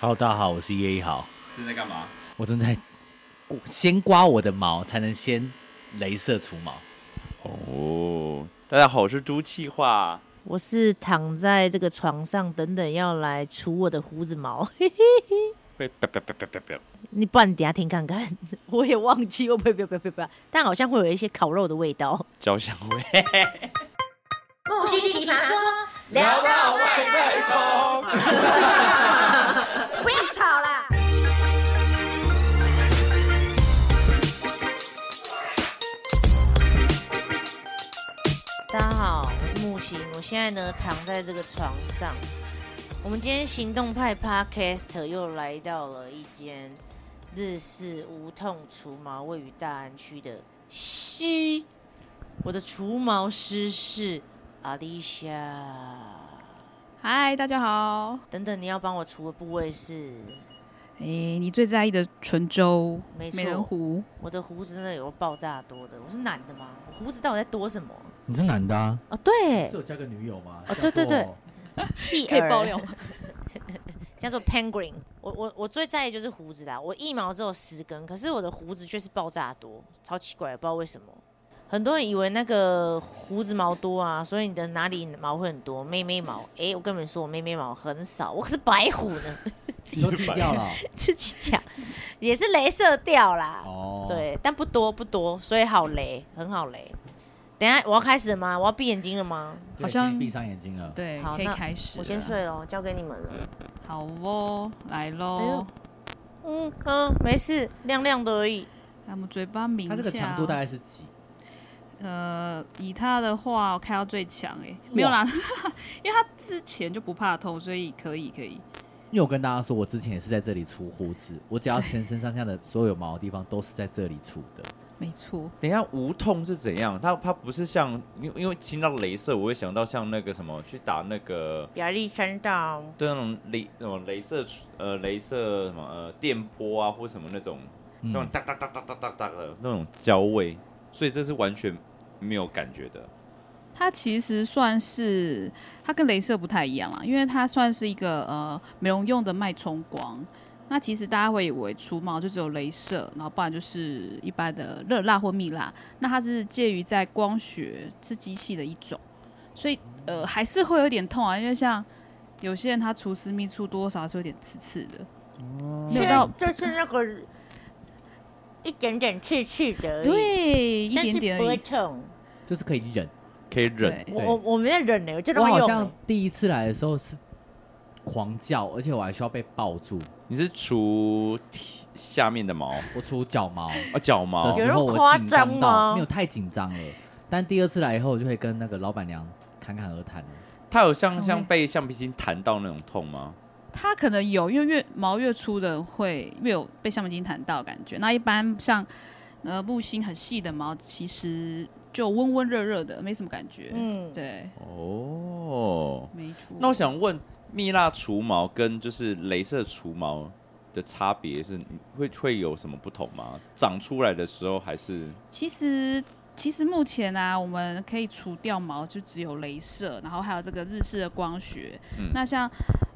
Hello，大家好，我是叶一豪。正在干嘛？我正在刮先刮我的毛，才能先镭射除毛。哦，大家好，我是朱气化。我是躺在这个床上，等等要来除我的胡子毛。 会啪啪啪啪啪啪。你不然你等一下听看 看，我也忘记哦会不会不要不要不要不要，但好像会有一些烤肉的味道。焦香味。木须奇葩说，聊到外太空。不要吵啦！大家好，我是木星，我现在呢躺在这个床上。我们今天行动派 Podcast 又来到了一间日式无痛除毛，位于大安区的西。我的除毛师是阿丽莎。嗨，大家好。等等，你要帮我除的部位是？诶、你最在意的唇周、没错美人弧，我的胡子真的有爆炸多的。我是男的吗？我胡子到底在多什么？你是男的、啊？哦，对是，有加个女友吗？哦对对对气可以儿爆料，吗？叫做 penguin。我我我最在意就是胡子啦，我一毛只有十根，可是我的胡子却是爆炸多，超奇怪，不知道为什么。很多人以为那个胡子毛多啊，所以你的哪里毛会很多？妹妹毛，诶，我跟你们说，我妹妹毛很少，我可是白虎呢，对，都剃掉了。 自己讲，也是镭射掉啦。哦，，对，但不多不多，所以好雷，很好雷。等一下我要开始了吗？我要闭眼睛了吗？好像闭上眼睛了。 对，好可以那开啊始。我先。睡喽，交给你们了。好哦，来哎喽呦。嗯嗯，没事，亮亮的而已。那我们嘴巴抿一下。它这个长度大概是几？呃，以他的话，我开到最强哎、哇没有啦， 因为他之前就不怕痛，所以可以可以。因为我跟大家说，我之前也是在这里除胡子，我只要全身上下的所有毛的地方都是在这里除的。没错，等一下，无痛是怎样？它它不是像，因为因为听到镭射，我会想到像那个什么，去打那个亚历山大，哦对那种镭什么镭射呃镭射什么呃电波啊或什么那种那种嗯，哒哒哒哒哒哒哒的那种焦味，所以这是完全没有感觉的。它其实算是它跟镭射不太一样啦，因为它算是一个呃美容用的脉冲光。那其实大家会以为除毛就只有镭射，然后不然就是一般的热蜡或蜜蜡。那它是介于在光学是机器的一种，所以呃还是会有点痛啊，因为像有些人他除私密处多少还是有点刺刺的，没有到这是那个一点点刺刺的而已，对一但是点点不而会已。痛。就是可以忍。可以忍对，我我我没在忍呢、我真的我会好用、像欸。第一次来的时候是狂叫，而且我还需要被抱住。你是除体下面的毛啊我除脚毛。脚毛的有时那候，么我夸紧张张到吗没有太紧张了。但第二次来以后，我就会跟那个老板娘侃侃而谈了。它有像像嗯被橡皮筋弹到那种痛吗？它可能有，因为越毛越粗的会越有被橡皮筋弹到的感觉。那一般像呃木星很细的毛，其实就温温热热的，没什么感觉。嗯，对，哦，没错。那我想问，蜜蜡除毛跟就是镭射除毛的差别是会会有什么不同吗？长出来的时候还是其实其实目前啊，我们可以除掉毛就只有镭射，然后还有这个日式的光学。嗯那像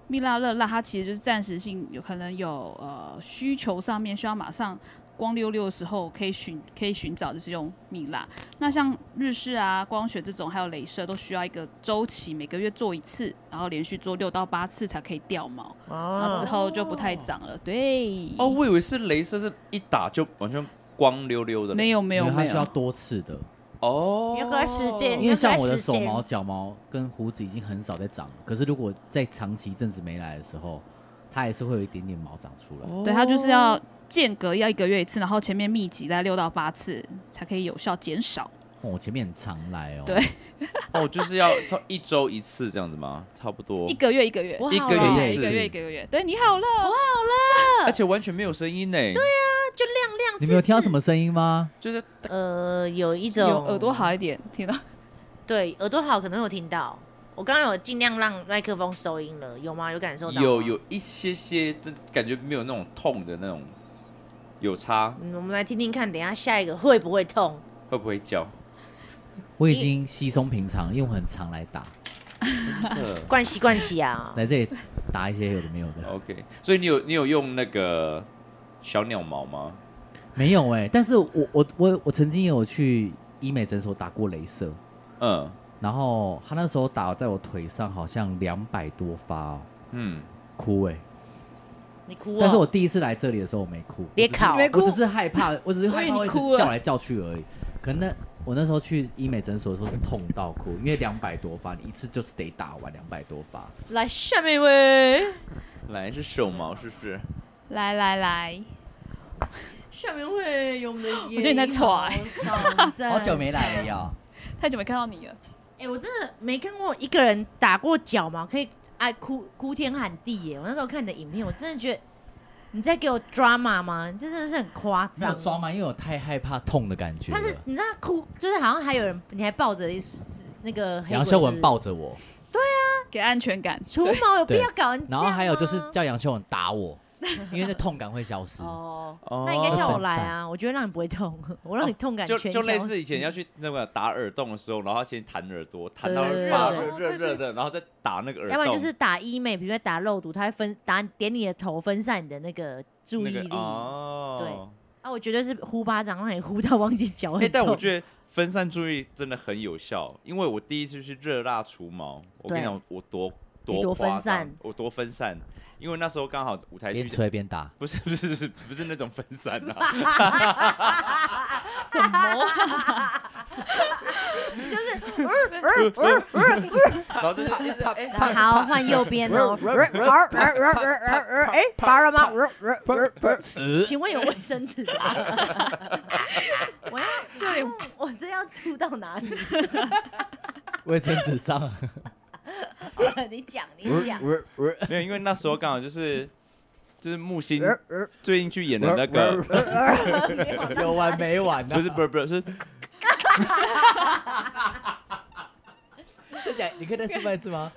蜜蜡热蜡，它其实就是暂时性，有可能有呃需求上面需要马上光溜溜的时候，可以寻可以寻找就是用蜜蜡。那像日式啊、光学这种，还有镭射，都需要一个周期，每个月做一次，然后连续做六到八次才可以掉毛，然后之哦，后就不太长了。对，哦，我以为是镭射是一打就完全光溜溜的，没有没有因为它没需要有，多次的，哦，有个时间因为像我的手毛、脚毛跟胡子已经很少在长了，可是如果在长期一阵子没来的时候，它还是会有一点点毛长出来。对，它就是要间隔要一个月一次，然后前面密集在六到八次才可以有效减少。哦，我前面很常来哦，对哦，就是要差一周一次这样子吗？差不多一，个月一个月，我哦一好个了月对一次个月一个月，对你好了，而且完全没有声音呢。对呀，就亮亮。你们有听到什么？么声音吗？就是呃，有一种有耳朵，好一点，听到对，耳朵好可能有听到。我刚刚有尽量让麦克风收音了，有吗？有感受到吗？有有一些些，真感觉没有那种痛的那种，有差嗯，我们来听听看，等一下下一个会不会痛？会不会叫？我已经稀松平常，因为我很常来打，真的惯习惯习啊，来这里打一些有的没有哦的， OK，所以你有你有用那个小鸟毛吗？没有哎、但是我我我我曾经也有去医美诊所打过镭射，嗯然后他那时候打在我腿上好像两百多发哦，嗯，哭哎、你哭哦。但是我第一次来这里的时候我没哭，别考没我哭只是害怕， 我只是害怕我以为会一你哭直了叫来叫去而已。可能那我那时候去医美诊所的时候是痛到哭，因为两百多发，你一次就是得打完两百多发。来下面一位，来是手毛是不是？来来来，下面一位有我们 的我觉得你在喘喘好久没来了呀，太久没看到你了。哎、我真的没看过一个人打过脚毛可以哎哭哭天喊地耶！我那时候看你的影片，我真的觉得你在给我 drama 吗？这真的是很夸没有张。抓嘛，因为我太害怕痛的感觉了。但是你知道哭，就是好像还有人，你还抱着一那个黑杨鬼秀是不文是抱着我，给安全感。除对毛有必对要搞成这然样后还有就是吗叫杨秀文打我，因为那痛感会消失。哦，哦那应该叫我来啊！我觉得让你不会痛，我让你痛感就全就类消似以前要去那个打耳洞的时候，然后先弹耳朵，弹到对发对热对热热的，然后再打那个耳洞，要不然就是打医美，比如说打肉毒，它会分打点你的头，分散你的那个注意那力。个哦。啊，我绝对是呼巴掌，让你呼到忘记脚很哎、痛。但我觉得分散注意真的很有效，因为我第一次去热辣除毛，我跟你对讲，我多你多多分夸张散，我多分散，因为那时候刚好舞台边剧吹边 打，不是不是不是 不是那种分散啊，什么？啊 呃然后就是一直哎得呃好，换右边哦。呃哎，拔了吗？请问有卫生纸吗？ 我要这里我这要吐到哪里？卫生纸 上。你讲，你讲。没有，因为那时候刚好就是就是木星最近去演的那个，有完没完啊呢、不是不是不是是是讲，你可以再示范一次吗？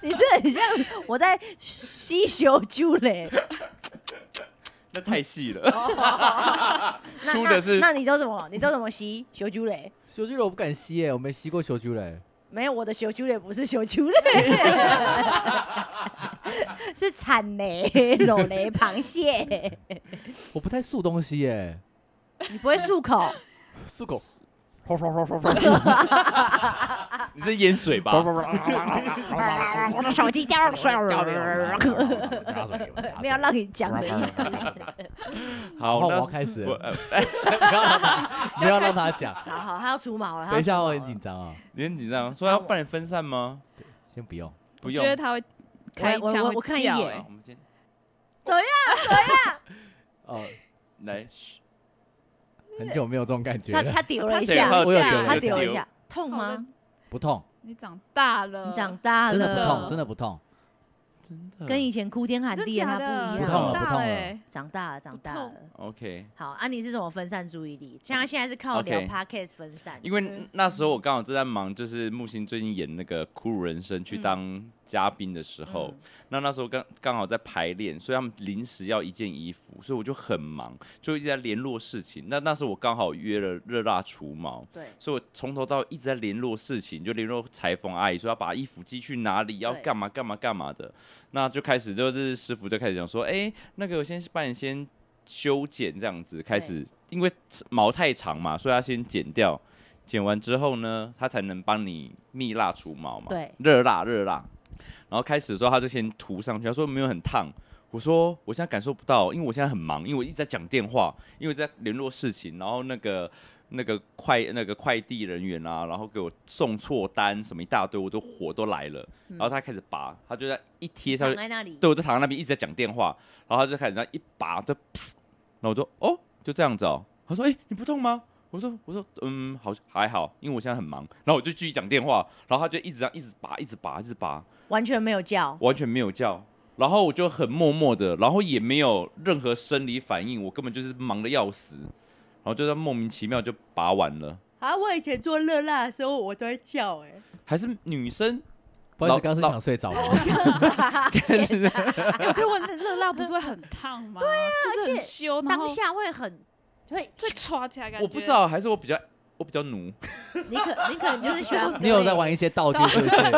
你是很像我在吸修啾嘞，那太细哦了，那出那的是那你都怎么？你都怎么吸修啾嘞？小巨人我不敢吸耶、我没吸过小巨人。没有，我的修啾嘞不是修啾嘞，是产雷、裸雷、螃蟹。我不太漱东西耶、你不会漱口？漱口。你这淹水吧？我的手机掉了， 没有让你讲的意思。然好，后我那要开始我了，呃不要让他， 不要让他 讲。好好，他要除毛了。等一下，我很紧张啊，你很紧哦张，说要帮你分散吗？先不用。不我觉用，得他会开我我枪，我看一眼好，我们先哦，来，嘘很久没有这种感觉他了，他丢了一对他下有，我有丢他有丢了一下，痛吗？不痛，你长大了，你长大真的不痛，了，真的不痛。真的跟以前哭天喊真地的假他不的？不一痛了样。长不大痛了欸长大了，长大了不。 OK，好啊，你是怎么分散注意力？像他现在是靠聊 OK podcast 分散，因为对那时候我刚好正在忙，就是木星最近演那个《苦鲁人生》去当嘉宾的时候，嗯那那时候刚刚好在排练，所以他们临时要一件衣服，所以我就很忙，就一直在联络事情。那那时候我刚好约了热辣除毛。对所以我从头到尾一直在联络事情，就联络裁缝阿姨说要把衣服寄去哪里，要干嘛干嘛干嘛的。那就开始就是师傅就开始讲说，哎、那个我先帮你先修剪这样子，开始因为毛太长嘛，所以要先剪掉。剪完之后呢，他才能帮你蜜蜡除毛嘛，对热蜡热蜡。然后开始的时候，他就先涂上去，他说没有很烫。我说我现在感受不到，因为我现在很忙，因为我一直在讲电话，因为我在联络事情，然后那个那个快那个快递人员啊，然后给我送错单什么一大堆，我都火都来了。然后他开始拔，他就在一贴上躺去，在那里。对我就躺在那边一直在讲电话，然后他就开始这样一拔就，然后我就哦就这样子哦，他说哎、你不痛吗？我说我说嗯好还好，因为我现在很忙，然后我就继续讲电话，然后他就一直这样一直拔一直拔一直拔，完全没有叫，完全没有叫。然后我就很默默的，然后也没有任何生理反应，我根本就是忙的要死，然后就在莫名其妙就拔完了。啊，我以前做热辣的时候，我都会叫哎、还是女生，不好意思，刚刚是想睡着吗？ 哎我可以问，热辣不是会很烫吗？对啊，就是而很且羞，然后当下会很会，会歘起来，感觉我不知，道，还是我比较我比较奴，你 可你可能就是喜欢啊你有在玩一些道具是不是？对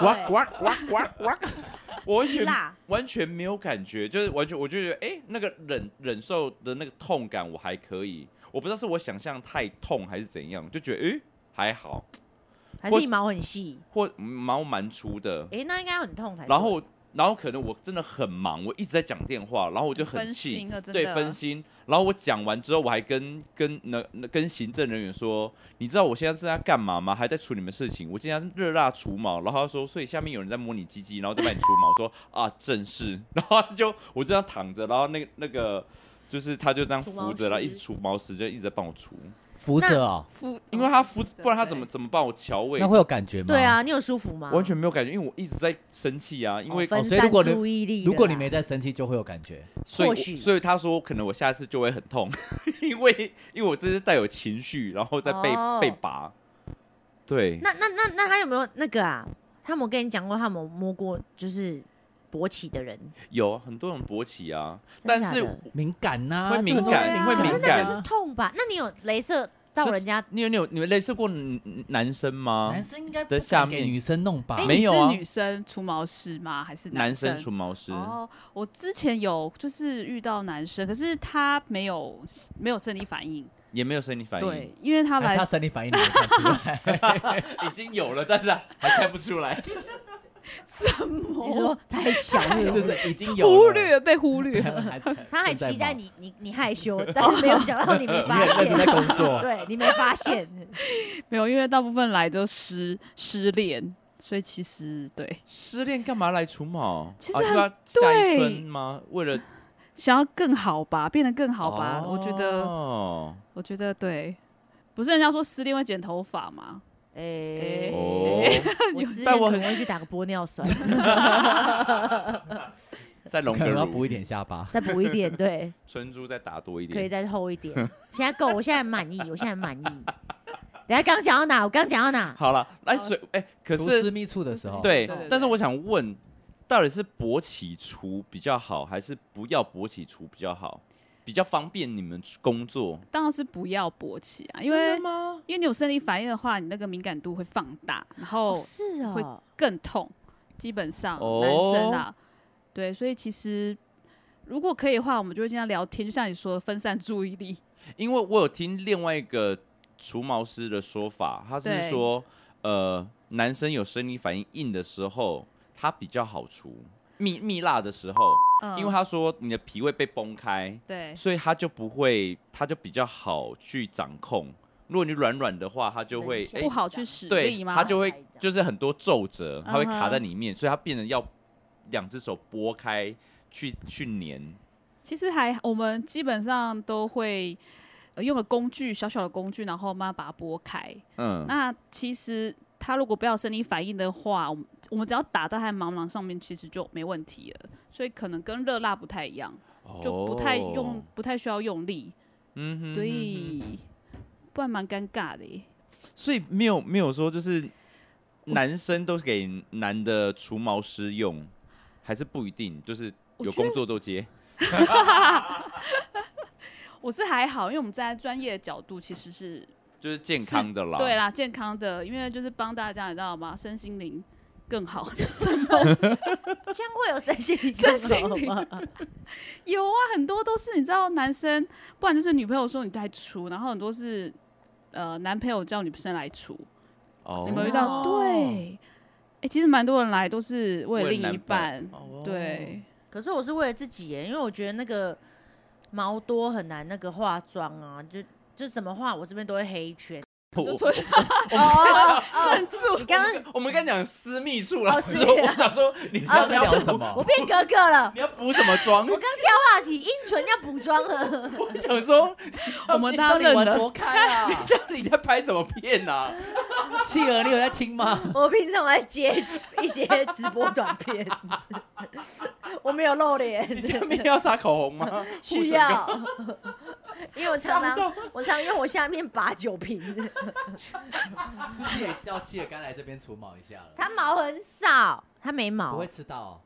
呱呱呱呱呱！我完全辣完全没有感觉，就是完全我就觉得，哎、那个忍忍受的那个痛感我还可以，我不知道是我想象太痛还是怎样，就觉得，哎、还好，还是你毛很细？或嗯毛蛮粗的，哎、那应该很痛才对。然后然后可能我真的很忙，我一直在讲电话，然后我就很分气心了，真对，的分心。然后我讲完之后，我还跟跟那那跟行政人员说，你知道我现在是在干嘛吗？还在处理你们事情，我今天热辣除毛。然后他说，所以下面有人在摸你鸡鸡，然后再帮你除毛。我说啊，正是。然后他就我就这样躺着，然后那个那个。就是他就这样除毛扶着，然后一师直除毛师就一直在帮我除，扶着哦，敷，因为他扶，不然他对怎么怎么帮我调位那？会有感觉吗？对，啊，你有舒服吗？完全没有感觉，因为我一直在生气啊，因为哦分哦所以如散果你注意力的啦。如果你没在生气，就会有感觉。所以或我，许所以他说，可能我下次就会很痛， 因为因为我这是带有情绪，然后再被、哦被拔。对，那那那那他有没有那个啊？他们跟你讲过，他们摸过就是勃起的人，有很多人勃起啊，真但假的是敏感呐、会敏感对啊会可敏是那感个是痛吧？那你有镭射到人家？你有你有你们类似过男男生吗男？生应该的不啊下敢给面女生弄吧哎，？没你有是啊女生除毛师吗？还是男生生除毛师，哦，我之前有就是遇到男生，可是他没有没有生理反应，也没有生理反应，对，因为他还来是他生理反应你没看出来？已经有了，但是还看不出来。 什么？你说太小了， 就是已经有了忽，略被 忽略，他还期待你，你你害羞，但是没有想到你没你发很认真在现，工 作， 对你没发现，没有，因为大部分来都失失恋，所以其实对失恋干嘛来除毛？其实啊、很就要下一对春吗？为了想要更好吧，变得更好吧，我觉得，哦我觉得对，不是人家说失恋会剪头发吗？哎哎哦，我失但恋我可很能会去打个玻尿酸， 再隆可个能要乳，补一点下巴。再补一点，对，春珠再打多一点，可以再厚一点。现在够，我现在满意，我现在满意。等一下刚讲到哪？我刚讲到哪？好了，哎，好所以哎，可除是私密处的时候，对哦对对，但是对我想问，到底是勃起除比较好，还是不要勃起除比较好？比较方便你们工作，当然是不要勃起啊，因真为的吗？因为你有生理反应的话，你那个敏感度会放大，然后是会哦，更痛。基本上哦男生啊，对，所以其实如果可以的话，我们就会经常聊天，就像你说的，分散注意力。因为我有听另外一个除毛师的说法，他是对说，呃，男生有生理反应硬的时候，他比较好除蜜蜜蜡的时候，嗯，因为他说你的脾胃被崩开，对所以他就不会，他就比较好去掌控。如果你软软的话，他就会哎不好去使对力，吗？它就会拍这样就是很多皱褶，它会卡在嗯哼里面，所以它变得要两只手拨开去去粘。其实还我们基本上都会。呃用个工具，小小的工具，然后慢慢把它拨开。嗯，那其实它如果不要有生理反应的话，我们我们只要打到它的毛囊上面，其实就没问题了。所以可能跟热蜡不太一样，就不太用，哦，不太需要用力。嗯哼所嗯以不然蛮尴尬的耶。哼所以没有没有说就是男生都是给男的除毛师用，还是不一定，就是我有觉得工作都接。我是还好，因为我们站在专业的角度，其实是就是健康的啦，对啦，健康的，因为就是帮大家，你知道 吗？身心灵更好，这是什么？这样会有身心灵身心症候吗？有啊，很多都是你知道，男生不然就是女朋友说你在出，然后很多是呃男朋友叫女生来出，哦，有真没的有遇到？哦对，哎、其实蛮多人来都是为为了了另一男半，哦对，可是我是为了自己耶，因为我觉得那个毛多很难那个化妆啊，就就怎么画我这边都会黑一圈。我就所以 哦，愣 住，你刚刚我们刚讲私密处了，哦私密我想说你你要上哦不面要要聊什么我？变格格了。你要补什么妆？ 我刚加话题，阴唇要补妆了。我想哦说我们大到家底愣玩 了，多开啊！到底在拍什么片啊？企鹅，你有在听吗？ 我平常在接一些直播短片， 我没有露脸 你，下面要擦口红吗？需要， 因为我常常我常用我下面拔酒 瓶，是不是也叫企鹅刚来这边除毛一下了？它毛很少，它没不毛会，吃到哦，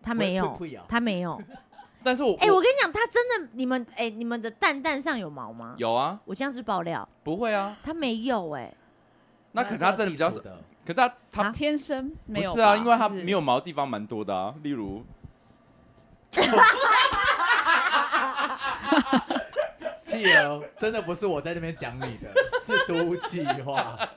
它没有不会咬，它没有。但是我哎、我跟你讲，它真的，你们哎、你们的蛋蛋上有毛吗？有啊，我这样是不是爆料，不会啊，它没有哎、那可能他真的比较那是要自己除的，可是它它天生没不有吧。是啊，因为它就是没有毛的地方蛮多的啊，例如企鹅真的不是我在那边讲你的，是毒气话。啊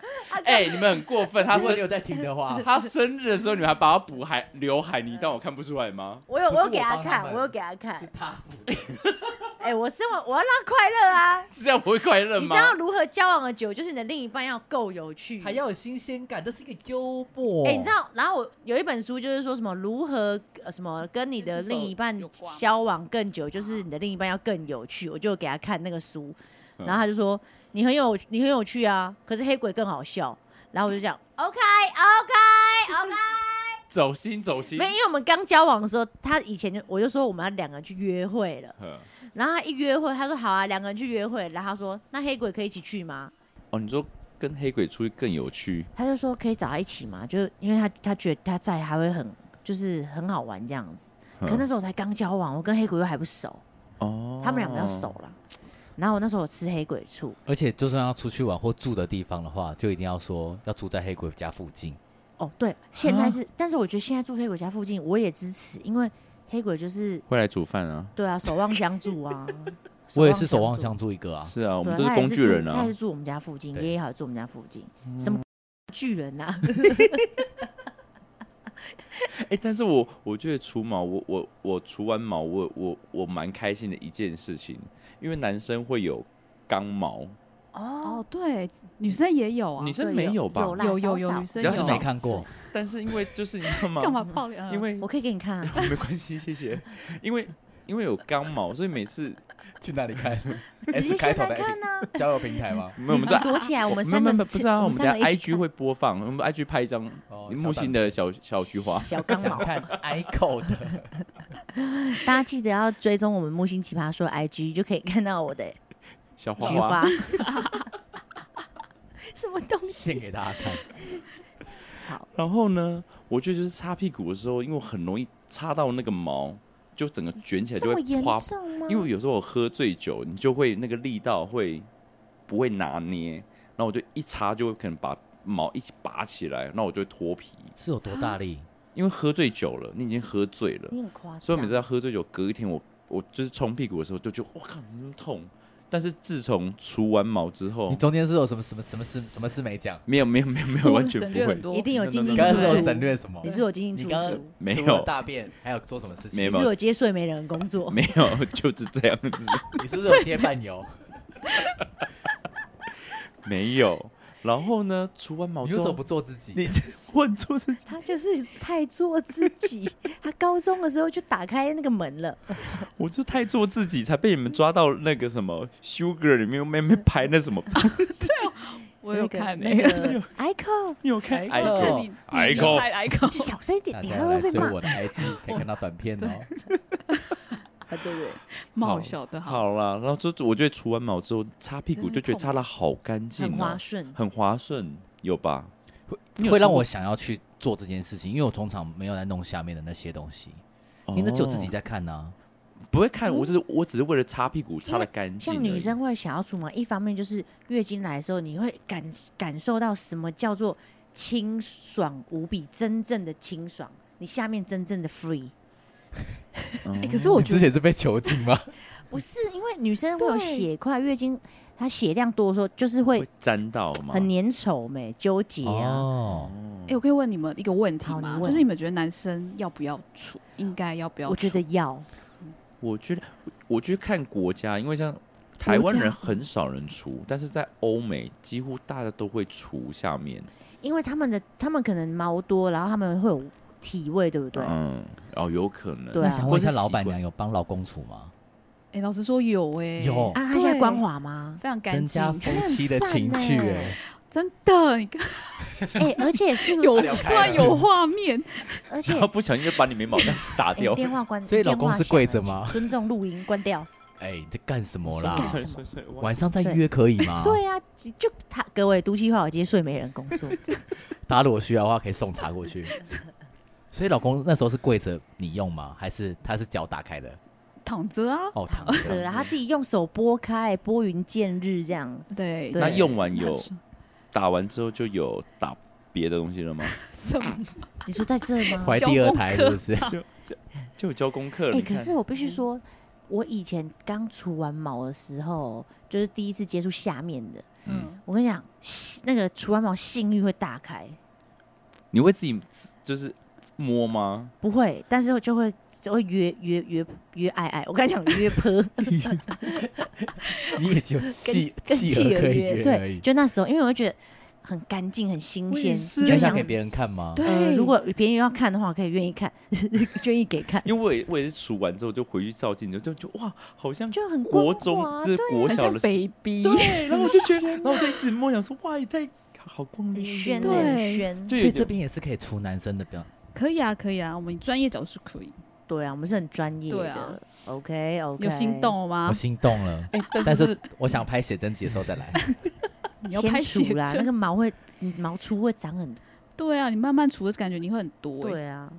哎、你们很过分，他如果你生啊有在听的 话，他生日的时候，你们还把他补海刘海，你当我看不出来吗？我有不我是有给他我帮他看，们我有给他看是。他哎、我是我我要让他快乐啊！这样不会快乐你吗知？道如何交往的久，就是你的另一半要够有趣，还要哦有新鲜感，这是一个幽默。哎、你知道，然后我有一本书就是说什么如何、呃、什么跟你的跟这首另一半有关吗交往更久，就是你的另一半要更有趣。我就给他看那个书，嗯然后他就说你很有你很有趣啊，可是黑鬼更好笑。然后我就讲 OK OK OK，走心走心没，有，因为我们刚交往的时候，他以前就我就说我们要两个人去约会了，呵然后他一约会，他说好啊，两个人去约会，然后他说那黑鬼可以一起去吗？哦，你说跟黑鬼出去更有趣，他就说可以找他一起嘛，就是因为他他觉得他在还会很就是很好玩这样子。嗯可那是时候我才刚交往，我跟黑鬼又还不熟，哦他们两个要熟了。然后我那时候我吃黑鬼醋，而且就算要出去玩或住的地方的话，就一定要说要住在黑鬼家附近。。哦对，现在是，但是我觉得现在住黑鬼家附近我也支持，因为黑鬼就是会来煮饭啊。对啊，守望相助啊 我也是守望助，相助一个啊，是啊，我对们啊都他也工具人住他啊嗯也是。住我们家附近，对爷爷好像住我们家附近，什么巨人呐、 啊？哎、但是我我觉得除毛，我我我除完毛，我我我蛮开心的一件事情，因为男生会有刚毛，哦，对，女生也有啊女，生对没有吧？有啦，有有少有少女生要有是有没看过，但是因为就是你 知道吗？干嘛爆料？因为哦我可以给你看 啊，没关系，谢谢。因为因为有刚毛，所以每次 去哪里看？直哎接现在看呐、啊。交友平台 吗？没有我们你在躲起来，我我们没有三没个有没有不是啊，我们们三等个下一起 IG 会播放，我们 IG 拍一张哦木星的小小菊花看。 小刚毛想。看 ICO 的，大家记得要追踪我们木星奇葩说 IG，就可以看到我的菊小花花。 什么东西？献给大家看。然后呢，我觉得就是擦屁股的时候，因为我很容易擦到那个毛，就整个卷起来这就么会严花。重嗯吗？因为有时候我喝醉酒，你就会那个力道会不会拿捏，然后我就一擦就会可能把毛一起拔起来，然后我就会脱皮， 是有多大力？因为喝醉酒了，你已经喝醉了。嗯你很夸张，所以我每次啊要喝醉酒，隔一天我我就是冲屁股的时候，就觉得我靠，怎么那么痛？但是自从除完毛之后你，中间是有什么什么什么事什么事没讲？没有没有没有没有，我完们全省 不略很会，多，一定有那进那进你出刚刚是有出。省略什么你？是有进你进出刚刚出，没除有了大便，还有做什么事情？没你有是有接睡美人工作。没有，就是这样子，你是不是有接伴游？没有。然后呢，除完毛你之为什么后不，做自己？你换做自己，他就是太做自 己，他高中的时候就打开那个门了。我就太做自己，才被你们抓到那个什么 Sugar 里面妹妹拍那什么，我有那个看欸那 个， 个 Ico，你有看哎呦？Ico 你你你 Ico 拍 Ico，小声一点，大等一家下会来被追骂。我的 IG，可以看到短片哦。啊对对，冒小的好，好啦，然后就我觉得除完毛之后擦屁股，真就的觉得痛擦的好干净很哦滑，顺。很滑顺，有吧？你有会让做过我想要去做这件事情，因为我通常没有在弄下面的那些东西，因为那只有自己哦在看呢、不会看，我只是我只是为了擦屁股擦的干净而已。像女生会想要除毛，一方面就是月经来的时候，你会感感受到什么叫做清爽无比，真正的清爽，你下面真正的 free。嗯哎，可是我你觉之得前是被囚禁吗？不是因为女生会有对血块，月经她血量多的时候，就是会会沾到吗？很粘稠没纠结啊。哦，哎，我可以问你们一个问题好你吗？问就是你们觉得男生要不要处？应该要不要处？我觉得要，我觉得，我觉得看国家，因为像台湾人很少人除，但是在欧美几乎大家都会除下面。因为他们的他们可能毛多，然后他们会有体味，对不对？嗯，哦，有可能。对那啊想问一下或是习惯老板娘有帮老公除吗？哎，老实说有哎，有啊，他现在光对滑吗？非常干增加 净，夫妻的情趣很赞哎欸、真的，你看哎、而且是不有是？突 然有画面，而且然后不小心就把你眉毛这样打哎掉。电话关，所以老公电话是跪响着了吗尊重录音，关掉。哎、你在干什么啦在？干所以什么所以所以我晚上再约可以吗？对呀、就他各位毒气话，我接睡美人工 作，大家如果需要的话，可以送茶过去。所以老公那时候是跪着你用吗？还是他是脚打开的？躺着啊，哦，躺是着。然后他自己用手拨开，拨云见日这样。对，那用完有是打完之后就有打别的东西了吗？什么？你说在这 吗？怀第二胎是不是？ 就就 就教功课了。哎、你可看是我必须说，我以前刚除完毛的时候，就是第一次接触下面的。嗯，我跟你讲，吸那个除完毛性欲会大开，你会自己就是摸吗？不会，但是我就会就会约约约约爱爱。我刚才讲约泼，你也只有跟气跟气儿可以约，而已对，。就那时候，因为我会觉得很干净、很新我也鲜，是你就你会对想想给。别人看吗？呃，对，如果别人要看的话，我可以愿意看， 愿意给看，因为我也我也是除完之后就回去照镜子，就就哇，好像就很国光中滑啊这是国很小像的时候 baby，对，然后我就觉得，然后我就一直摸，想说哇，也太好光很溜宣对的，很宣。就所以有这点边也是可以除男生的，不要可以啊，可以啊，我们专业角度是可以。对啊，我们是很专业对啊的。OK OK，有心，动了吗我？心动了。哎，但但是是我想拍写真集的时候再来。你要拍先写除啦， 那真？个毛会毛出会长很多。对啊，你慢慢除的感觉你会很多欸。对啊，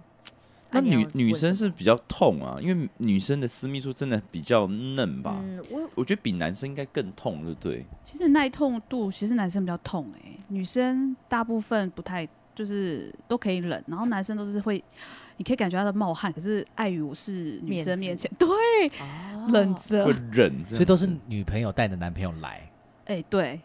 那啊你女要女问生什是么比较痛啊，因为女生的私密处真的比较嫩吧？嗯，我我觉得比男生应该更痛，对不对？其实耐痛度其实男生比较痛哎、女生大部分不太就是都可以忍，然后男生都是会，你可以感觉他的冒汗，可是碍于我是女生面面前， 对，忍着啊会，忍，所以都是女朋友带着男朋友来，哎、对，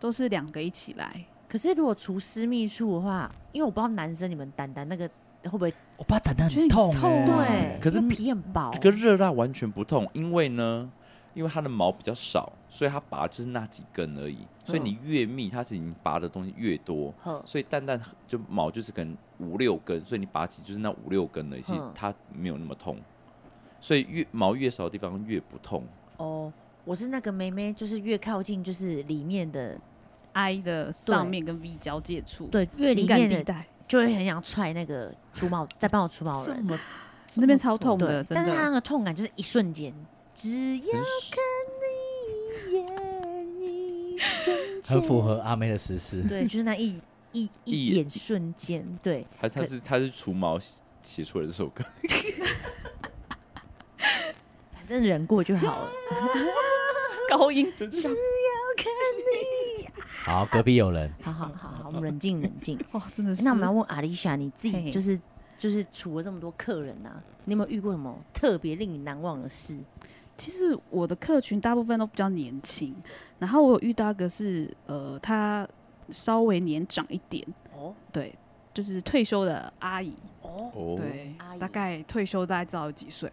都是两个一起来，可是如果除私密处的话，因为我不知道男生你们蛋蛋那个会不会我把蛋蛋觉得你痛痛欸对，可是因为屁皮很薄，跟热辣完全不痛，因为呢，因为它的毛比较少，所以它拔就是那几根而已，所以你越密，它是已经拔的东西越多，呵所以蛋蛋就毛就是可能五六根，所以你拔起就是那五六根而已，其实嗯它没有那么痛，所以越毛越少的地方越不痛。哦。我是那个妹妹，就是越靠近就是里面的， I 的上面跟 V 交界处，，对，越里敏感面地的带，就会很想踹那个除毛，在帮我除毛的人，么那边超痛对的，，真但是他的。那个痛感就是一瞬间，只要很看你眼一瞬间，很符合阿妹的实施。对，就是那一一一一眼瞬间，对，还是他可是他是除毛写出来的这首歌，反正忍过就好了。高 音，好，隔壁有 人，好好好好，我们冷静冷 静。哇，真的是。那我们要问阿丽莎，你自嘿己就是就是除了这么多客人啊，你有没有遇过什么特别令你难忘的事？其实我的客群大部分都比较年轻，然后我有遇到一个是呃，她稍微年长一点，哦对，就是退休的阿姨，哦，哦，对阿，姨大概退休大概知道有几岁，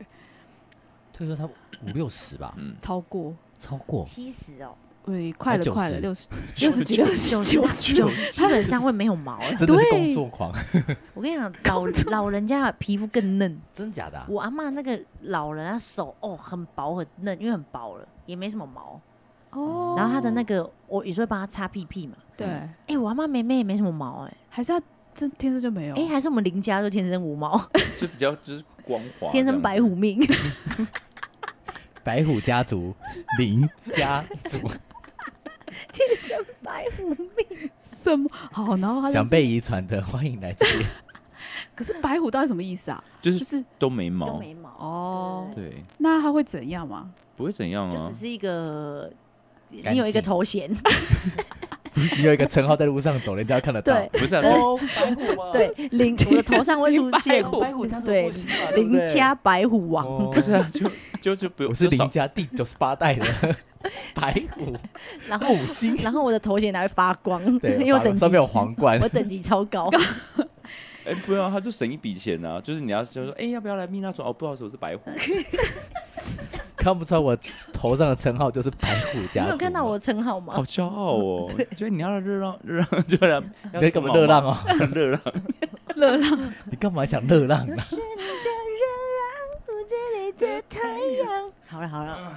退休差不多五六十吧， 嗯，超过，超过七十哦，对，快了90快了，六十几，六十几，六十九几，十六啊十几九十基本上会没有毛欸了。真的是对工作狂， 我跟你 讲，老老人家的皮肤更嫩。真的假的啊？ 我阿嬷那个老人，她手哦很薄很嫩，因为很薄了，也没什么毛。哦，然后她的那个，我有时候帮她擦屁屁嘛。对，哎、我阿妈妹妹也没什么毛、哎。还是要真天生就没有哎、，还是我们邻家就天生无毛，就比较就是光滑， 天生白虎，命。白虎家族林家 族天生白虎命，什么好，然后他就想是，被遗传的，欢迎来这里。可是白虎到底什么意思啊？就就是是都没都毛，没毛哦，对，那他会怎样嘛？不会怎样就啊只。是一个，干你有一个净哦头衔，只有一个称号在路上走，人家看得到。对 不是啊，就是就对，领我的头上会出 现白虎白虎对，邻家白虎王，哦，不是啊，就就就不用，我是就少林家第九十八代的 白虎然后五星，然后我的头衔还会发光，对， 因为我等级上面有皇冠 我，等级超 高，哎，不要，他就省一笔钱啊。就是你要就说，哎，要不要来蜜蜡妆？哦，不好意思，我是 白虎，看不出来我头上的称号就是白虎你家族。有看到我的称号吗好？骄 傲哦。所以你要热浪热浪，就要你在干嘛热浪哦，哦？ 热浪。热浪，你干嘛想热浪啊？是你的热浪，我这里的太阳。好了好 了，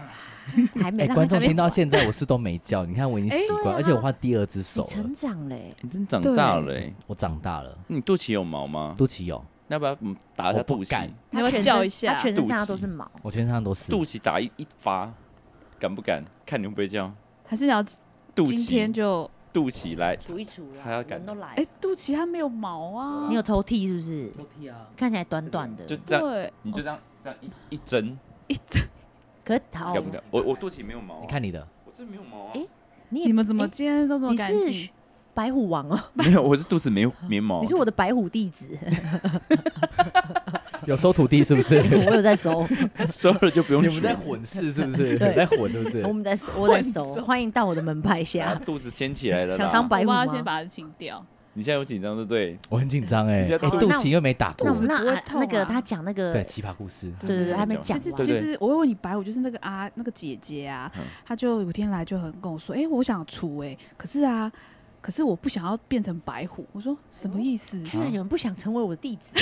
还没哎，让观他众讲听到完现在我是都没叫，你看我已经哎习惯，而且我换第二只手啊你了成，长嘞，你真长大了对哎。我长大了。你肚脐有毛吗？肚脐有，要不要嗯打一下我不肚脐敢？你他要不全身要叫一下他？全身上下肚脐都是毛。我全身上都是。肚脐打一一发，敢不敢？看你会不会这样。还是你要肚今天脐，就肚脐来，除一除啦还要赶人都来哎，肚脐它没有毛啊哎你，有头剃是不是？脐啊，看起来短短的，就这样，对，哎你就这样这样一一针，一整可是好敢不敢？我我肚脐没有毛啊，你看你的，我这没有毛啊哦诶，你也你们怎么诶今天都这么哎你干是净？白虎王哦，没有，我是肚子没有棉毛。你是我的白虎弟子，有收土地是不是？我 有在收，收了就不用你取们在混事是不是？对有在混是不是我？们在我在收混，熟欢迎到我的门派把下。 肚子掀起来了啦。想当白我虎帮吗他？先把它清掉。你现在有紧张对不对？我很紧张哎，你哎现在肚好那脐又没打过那我，们肚子不那会啊痛啊那个他讲那个对，奇葩故事。对对对，还没讲其实对完。其实我问你白虎就是那个啊那个姐姐啊，她就有天来就很跟我说，哎、我想除哎、可是啊，可是我不想要变成白虎。我说什么意思？居然有人不想成为我的弟子，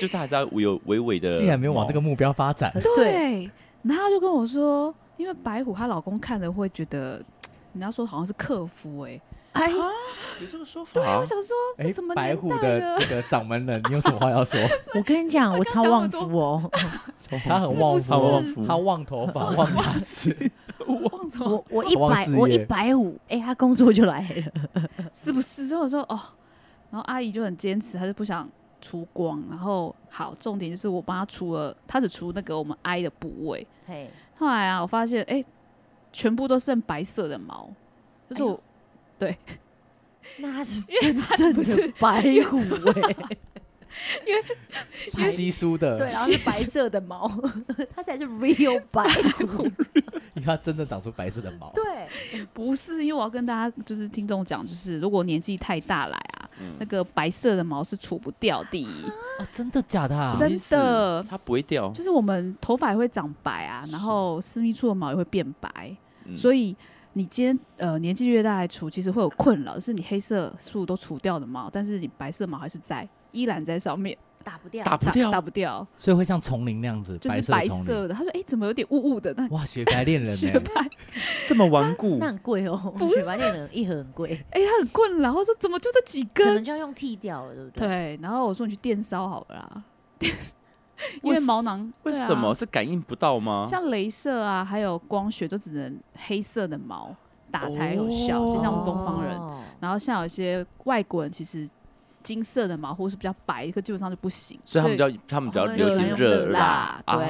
就他还是要有微微的。竟然没有往这个毛目标发展，嗯对，然后她就跟我说，因为白虎她老公看了会觉得。你要说好像是客服哎、 哎，有这个说法。对啊，我想说这哎什么，白年虎代啊的 了？那个掌门人，你有什么话要说？我跟你讲，我超旺夫哦，他很旺是不是夫，他旺头发， 旺牙齿，忘什么 我我一旺百事业我一百五，哎，他工作就来了，是不是？所以我说哦，然后阿姨就很坚持，她就不想除光。然后好，重点就是我帮她除了，她只除那个我们 I 的部位。嘿，后来啊，我发现哎、全部都剩白色的毛，就是我、那他是因真正不是的白虎哎，是稀疏的，对，然后是白色的毛，他才是 real 白虎，因为它真的长出白色的毛。 对，哎不是，因为我要跟大家就是听众讲，就是如果年纪太大来啊，嗯那个白色的毛是除不掉的，哦，真的假的啊？真的他不会掉，就是我们头发也会长白啊，然后私密处的毛也会变白，嗯所以。你今天呃年纪越大来除，其实会有困扰，就是你黑色素都除掉的毛，但是你白色毛还是在，依然在上面，啊打不掉，打不打掉打。不掉，所以会像丛林那样子，就是色的白丛林。色的。他说：“哎、怎么有点雾雾的？”那哇，学白恋人欸雪呢？白这么顽固嗯那很贵哦，雪白恋人一盒很贵，哎、他很困扰，他说怎么就这几可根？能就要用剃掉了，对不对？对，然后我说你去电烧好了啦， 因为毛囊为对啊什么是感应不到吗？像镭射啊，还有光学都只能黑色的毛打才有效，哦就像我们东方人。哦然后像有些外国人其实金色的毛或是比较白，可基本上就不行，所以他们比较他们比较哦流喜欢行用热热辣辣。对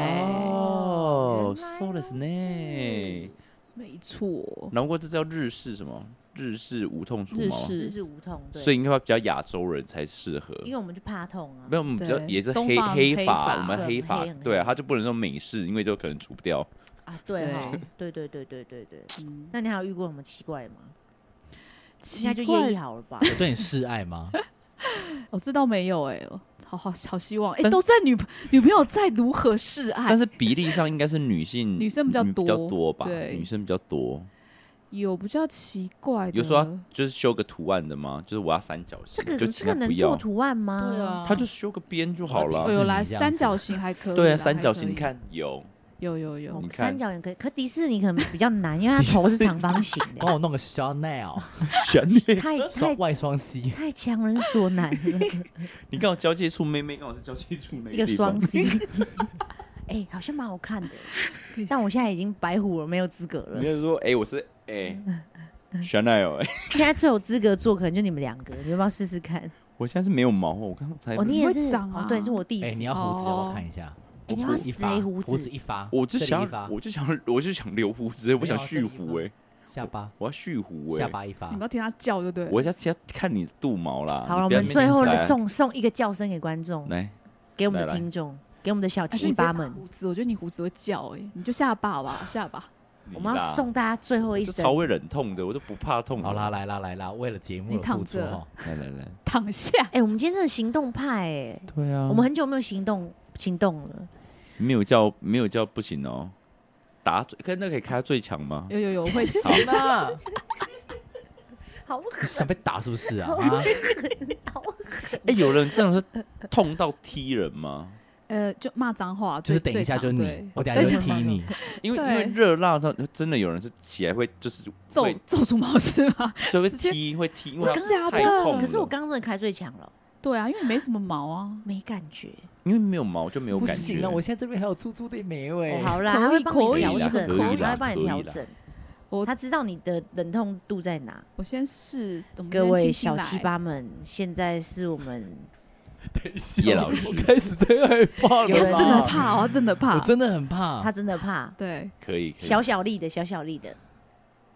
哦原来，so 如 this 此 ne。没错，难怪这叫日式什么？日式无痛除日毛啊，式这是无痛，对，所以应该会比较亚洲人才适合。因为我们就怕痛啊没，有，我们比较对也是东黑方黑发，发我们对黑很发黑很，黑对啊，他就不能说美式，因为就可能除不掉。啊，对对哈，对对对对对对。嗯，那你还有遇过什么奇怪的吗？奇应该就怪业意好了吧？ 有对你示爱吗？我知道没有哎、哦好好好希望哎、但都在女女朋友在如何示爱但，是比例上应该是女性，女生比较多比较多吧？对女生比较多。有比较奇怪的，有说要就是修个图案的吗？就是我要三角这形，个就这尽个量不能做要。图案吗？对，啊，他就修个边就好哦是了。有你啦，这样三子角形还可以啦。对啊，还三角形可以你，看有，有有有你，看三角形可以，可迪士尼可能比较难，因为它头是长方形帮 的，我弄个 Chanel 太双太外双 C，太强人所难了，你刚好交界处，妹妹刚好是交界处那一个个地方双。C。哎，好像蛮好看的，但我现在已经白虎了，没有资格了你。就说，哎，我是哎 Chanel，哎，现在最有资格做，可能就你们两个，你要不要试试看？我现在是没有毛，啊我刚刚才哦，你也会是，长啊哦，对，是我弟哎，你子。要胡子要不要哦看一下？哎你要不要一发勒胡子子一发，我就这里想一发啊要，，我就想，我就想留胡子，我想蓄胡哎，下巴我要蓄胡下哎，巴一发你们，要听他叫就对了。我要先看你的肚毛啦。好了，你我不要们在最那后边送送一个叫声给观众，来，给我们来的来听众，给我们的小还是奇你直接葩把们。胡子，我觉得你胡子会叫哎、你就下巴好不好？下巴，你我们要啦送大家最后我一就超声，会忍痛的，我都不怕痛。好啦，，来啦来啦，为了节目你的躺付出着 哦，来来来，躺下。哎、我们今天真的行动派哎、对啊我们很久没有行动行动了。没有叫没有叫不行哦，打嘴，跟那个可以开最强吗？有有有，我会好啊那好恶想被打是不是啊？ 啊，哎，有人真的是痛到踢人吗？呃，就骂脏话，就最是等一下就是最常你对，我等一下最就常踢你，因为因对为热辣到真的有人是起来会就是揍会揍出毛是吗？就会直接踢会踢，因为我它刚假刚的太痛了。啊可是我刚刚真的开最强了，对啊，因为没什么毛啊。没感觉。因为没有毛就没有不感觉行。了，啊我现在这边还有粗粗的眉尾哦，。好啦，可以他会帮可你以调啦整，可以啦他会帮可你以调啦整。我他知道你的忍痛度在哪。我先试，我们各先位轻轻小来七，八们，现在是我们叶老师我开始最害怕有有人人真的啊怕哦，真的怕，我真的很怕他。真的怕对可以可以小小力的小小力的，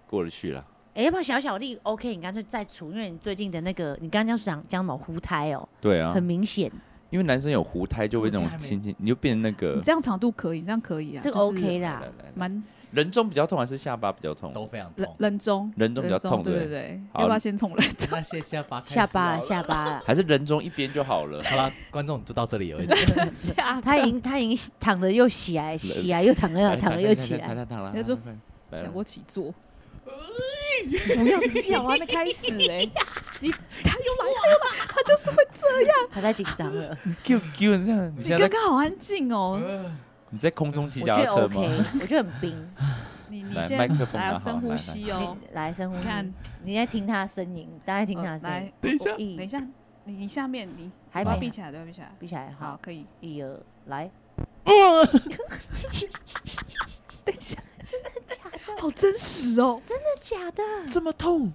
过得去了，哎、要不要小小力？OK，你干脆再除，因为你最近的那个，你刚刚讲讲什么糊胎哦，对啊很，明显，因为男生有胡胎就会那种轻轻，你就变那个你这样长度可以，你这样可以啊，这个就是 OK 啦来。来来蛮人中比较痛还是下巴比较痛？都非常人痛。人中，人中比较痛对对对不对，好要不要先从 人中？那谢下巴开始下巴好了，了下巴了。还是人中一边就好了？好了，观众就到这里为止。嗯下他已经他已经躺着又起来，起来又躺着，躺着又起躺来。躺躺了，你就躺来来仰来卧起 坐。不要叫啊！还没开始哎、 你他又来了，他就是会这样。他太紧张了， Q Q，你这样，你你现在刚在刚好安静哦。你在空中骑我脚觉踏得车 OK，吗？我觉得很冰。你你来先麦克风来拿啊好深呼吸哦。你来深呼吸看，你在听他的声音，大家听他的呃声来音。，等一下，一等一下，你你下面你还嘴巴没闭起来，对吧，闭起来。闭起来，好，嗯好，可以。一二来，等一下，好真实哦。啊真的假的？这么痛？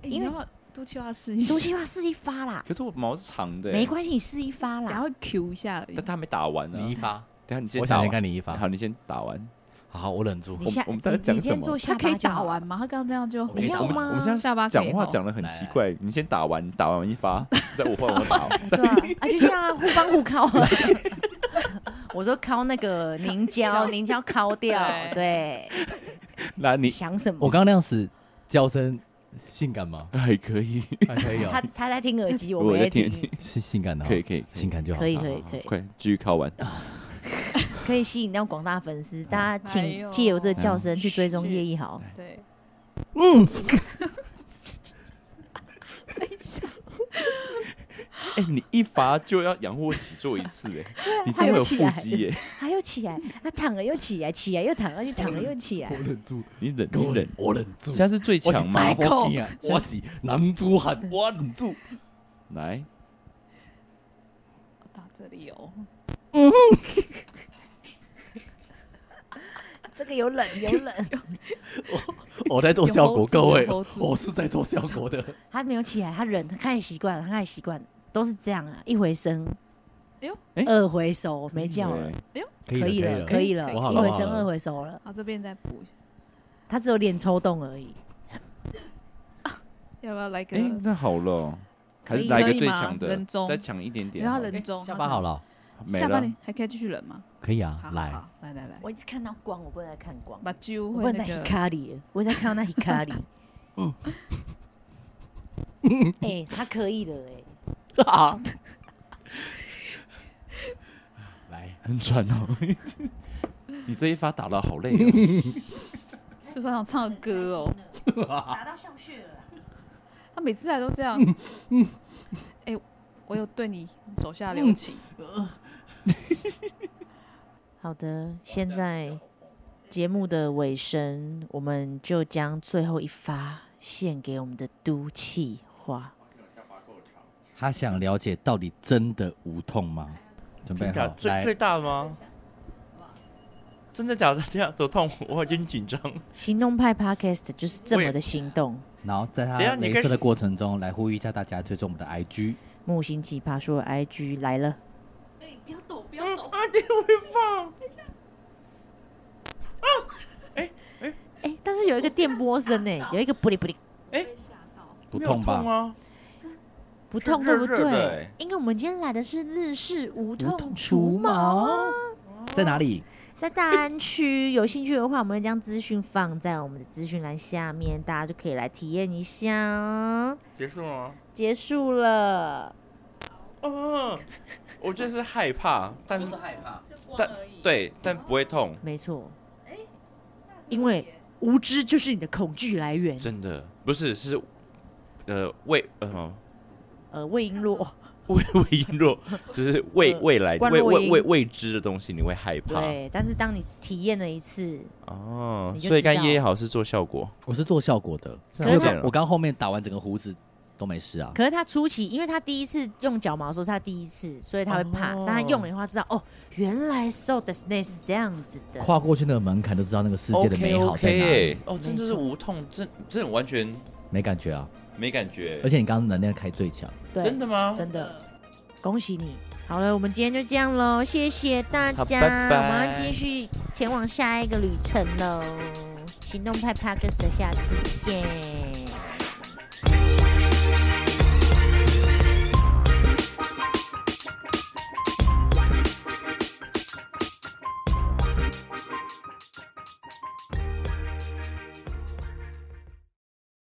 哎因为你要不要多气化试一下毒，气化试一发啦，可是我毛是长的欸，没关系，你试一发然啦。后 Q 一下而已但。他还没打完呢。你一发，等一下你先我打想完先看你一发。好，你先打完。好，我忍住你。下我你们我们在讲你什先么做他下可以巴就打好完吗？他刚刚这样就我可你以打要啊完吗？我们现嗯下在巴讲可以话吼讲的很来奇来怪，你先打完，打完 一发，再我换我打。对啊，啊，就像啊互帮互敲。我说敲那个凝 胶，凝胶敲掉，对。那你想什我么？刚刚那样子叫声性感 吗？还哎可以，还可以他哦，他在听耳机，我我没在在听听，是性感的哦，可以可以可以性感就好。可以好可好以好可以哦快继续靠完。可以吸引到广大粉丝，大家哎请呦借由这个嗯叫声去追踪是叶一豪。对，哎，你一发就要仰卧起坐一次， 哎，你啊还真的有有起腹来肌哎，他又起来，他躺了又起来，起来又躺，了，就躺了又起来我。忍住，你忍给你我忍忍，，我忍住。现在是最我是强嘛查在？某囝，我是男子汉，我忍住。来，打这里哦。 这个有冷有冷，我在做效果，有 hold 住各位有 hold，住我是在做效果的。 他没有起来，他忍，他开始习惯了，他开始习惯了，都是这样啊，一回生，哎呦哎二回熟没叫了对，，可以了，可以可了，以我好一了回我好生了二回熟了，好，这边再补一下。他只有脸抽动而已。要不要来个？哎，那好了，还可是以来一可个以最吗强的人，中再强一点点然哎好后了。人中下巴好，了，他没下巴了你，还可以继续忍吗？可以啊好，好来好，来来来，我一直看到光，我不能再看光，把揪我不会能那再 h 个，卡 i 我一直在看到那 h 卡 i 哎，他可以的哎。来，很喘哦。 你这一发打的好累哦，是不是想唱歌 哦？打到上去了。他每次来都 这样。哎，我有对你手下留嗯情。好的，现在节目的尾声，我们就将最后一发献给我们的都气话。他想了解到底真的无痛吗？准备真假好，最最来，大的吗？真的假的？这样多痛，我有点紧张。行动派 Podcast 就是这么的行动。然后在他等一下你镭可以射的过程中，来呼吁一下大家追踪我们的 IG。木星奇葩说 IG 来了，哎，不要抖，不要抖。啊，对，我会放。哎、但是有一个电波声哎、有一个不里不里，不没有痛吧？啊！不痛对不热热的对欸？因为我们今天来的是日式无无痛痛除除毛毛啊，在哪里？在大安区，有兴趣的话，我们会将资讯放在我们的资讯栏下面，大家就可以来体验一下。哦结束了吗？结束了。嗯，我就是害怕，但是害怕。但对，但不会痛，没错，因为无知就是你的恐惧来源。真的不是是呃未呃什 么呃，魏璎珞，未未璎 珞，只是未呃未来关未若未英未未知的东西，你会害怕对。但是当你体验了一次，哦你。就所以知道干爷爷好是做效果，我是做效果的，我可是有他个我刚后面打完整个胡子都没事啊。可是他初期，因为他第一次用脚毛的时候是他第一次，所以他会怕。哦但他用了以后，他知道哦，原来 so d e s n e 是这样子的。跨过去那个门槛，就知道那个世界的美好在 OK，OK 哪里耶。哦，真就是没错无痛，真真的完全没感觉啊，没感觉而。且你刚刚能量开最强，对，真的吗？真的，恭喜你！好了，我们今天就这样喽，谢谢大好家，拜拜我们要继续前往下一个旅程喽。行动派 Podcast 的下次见。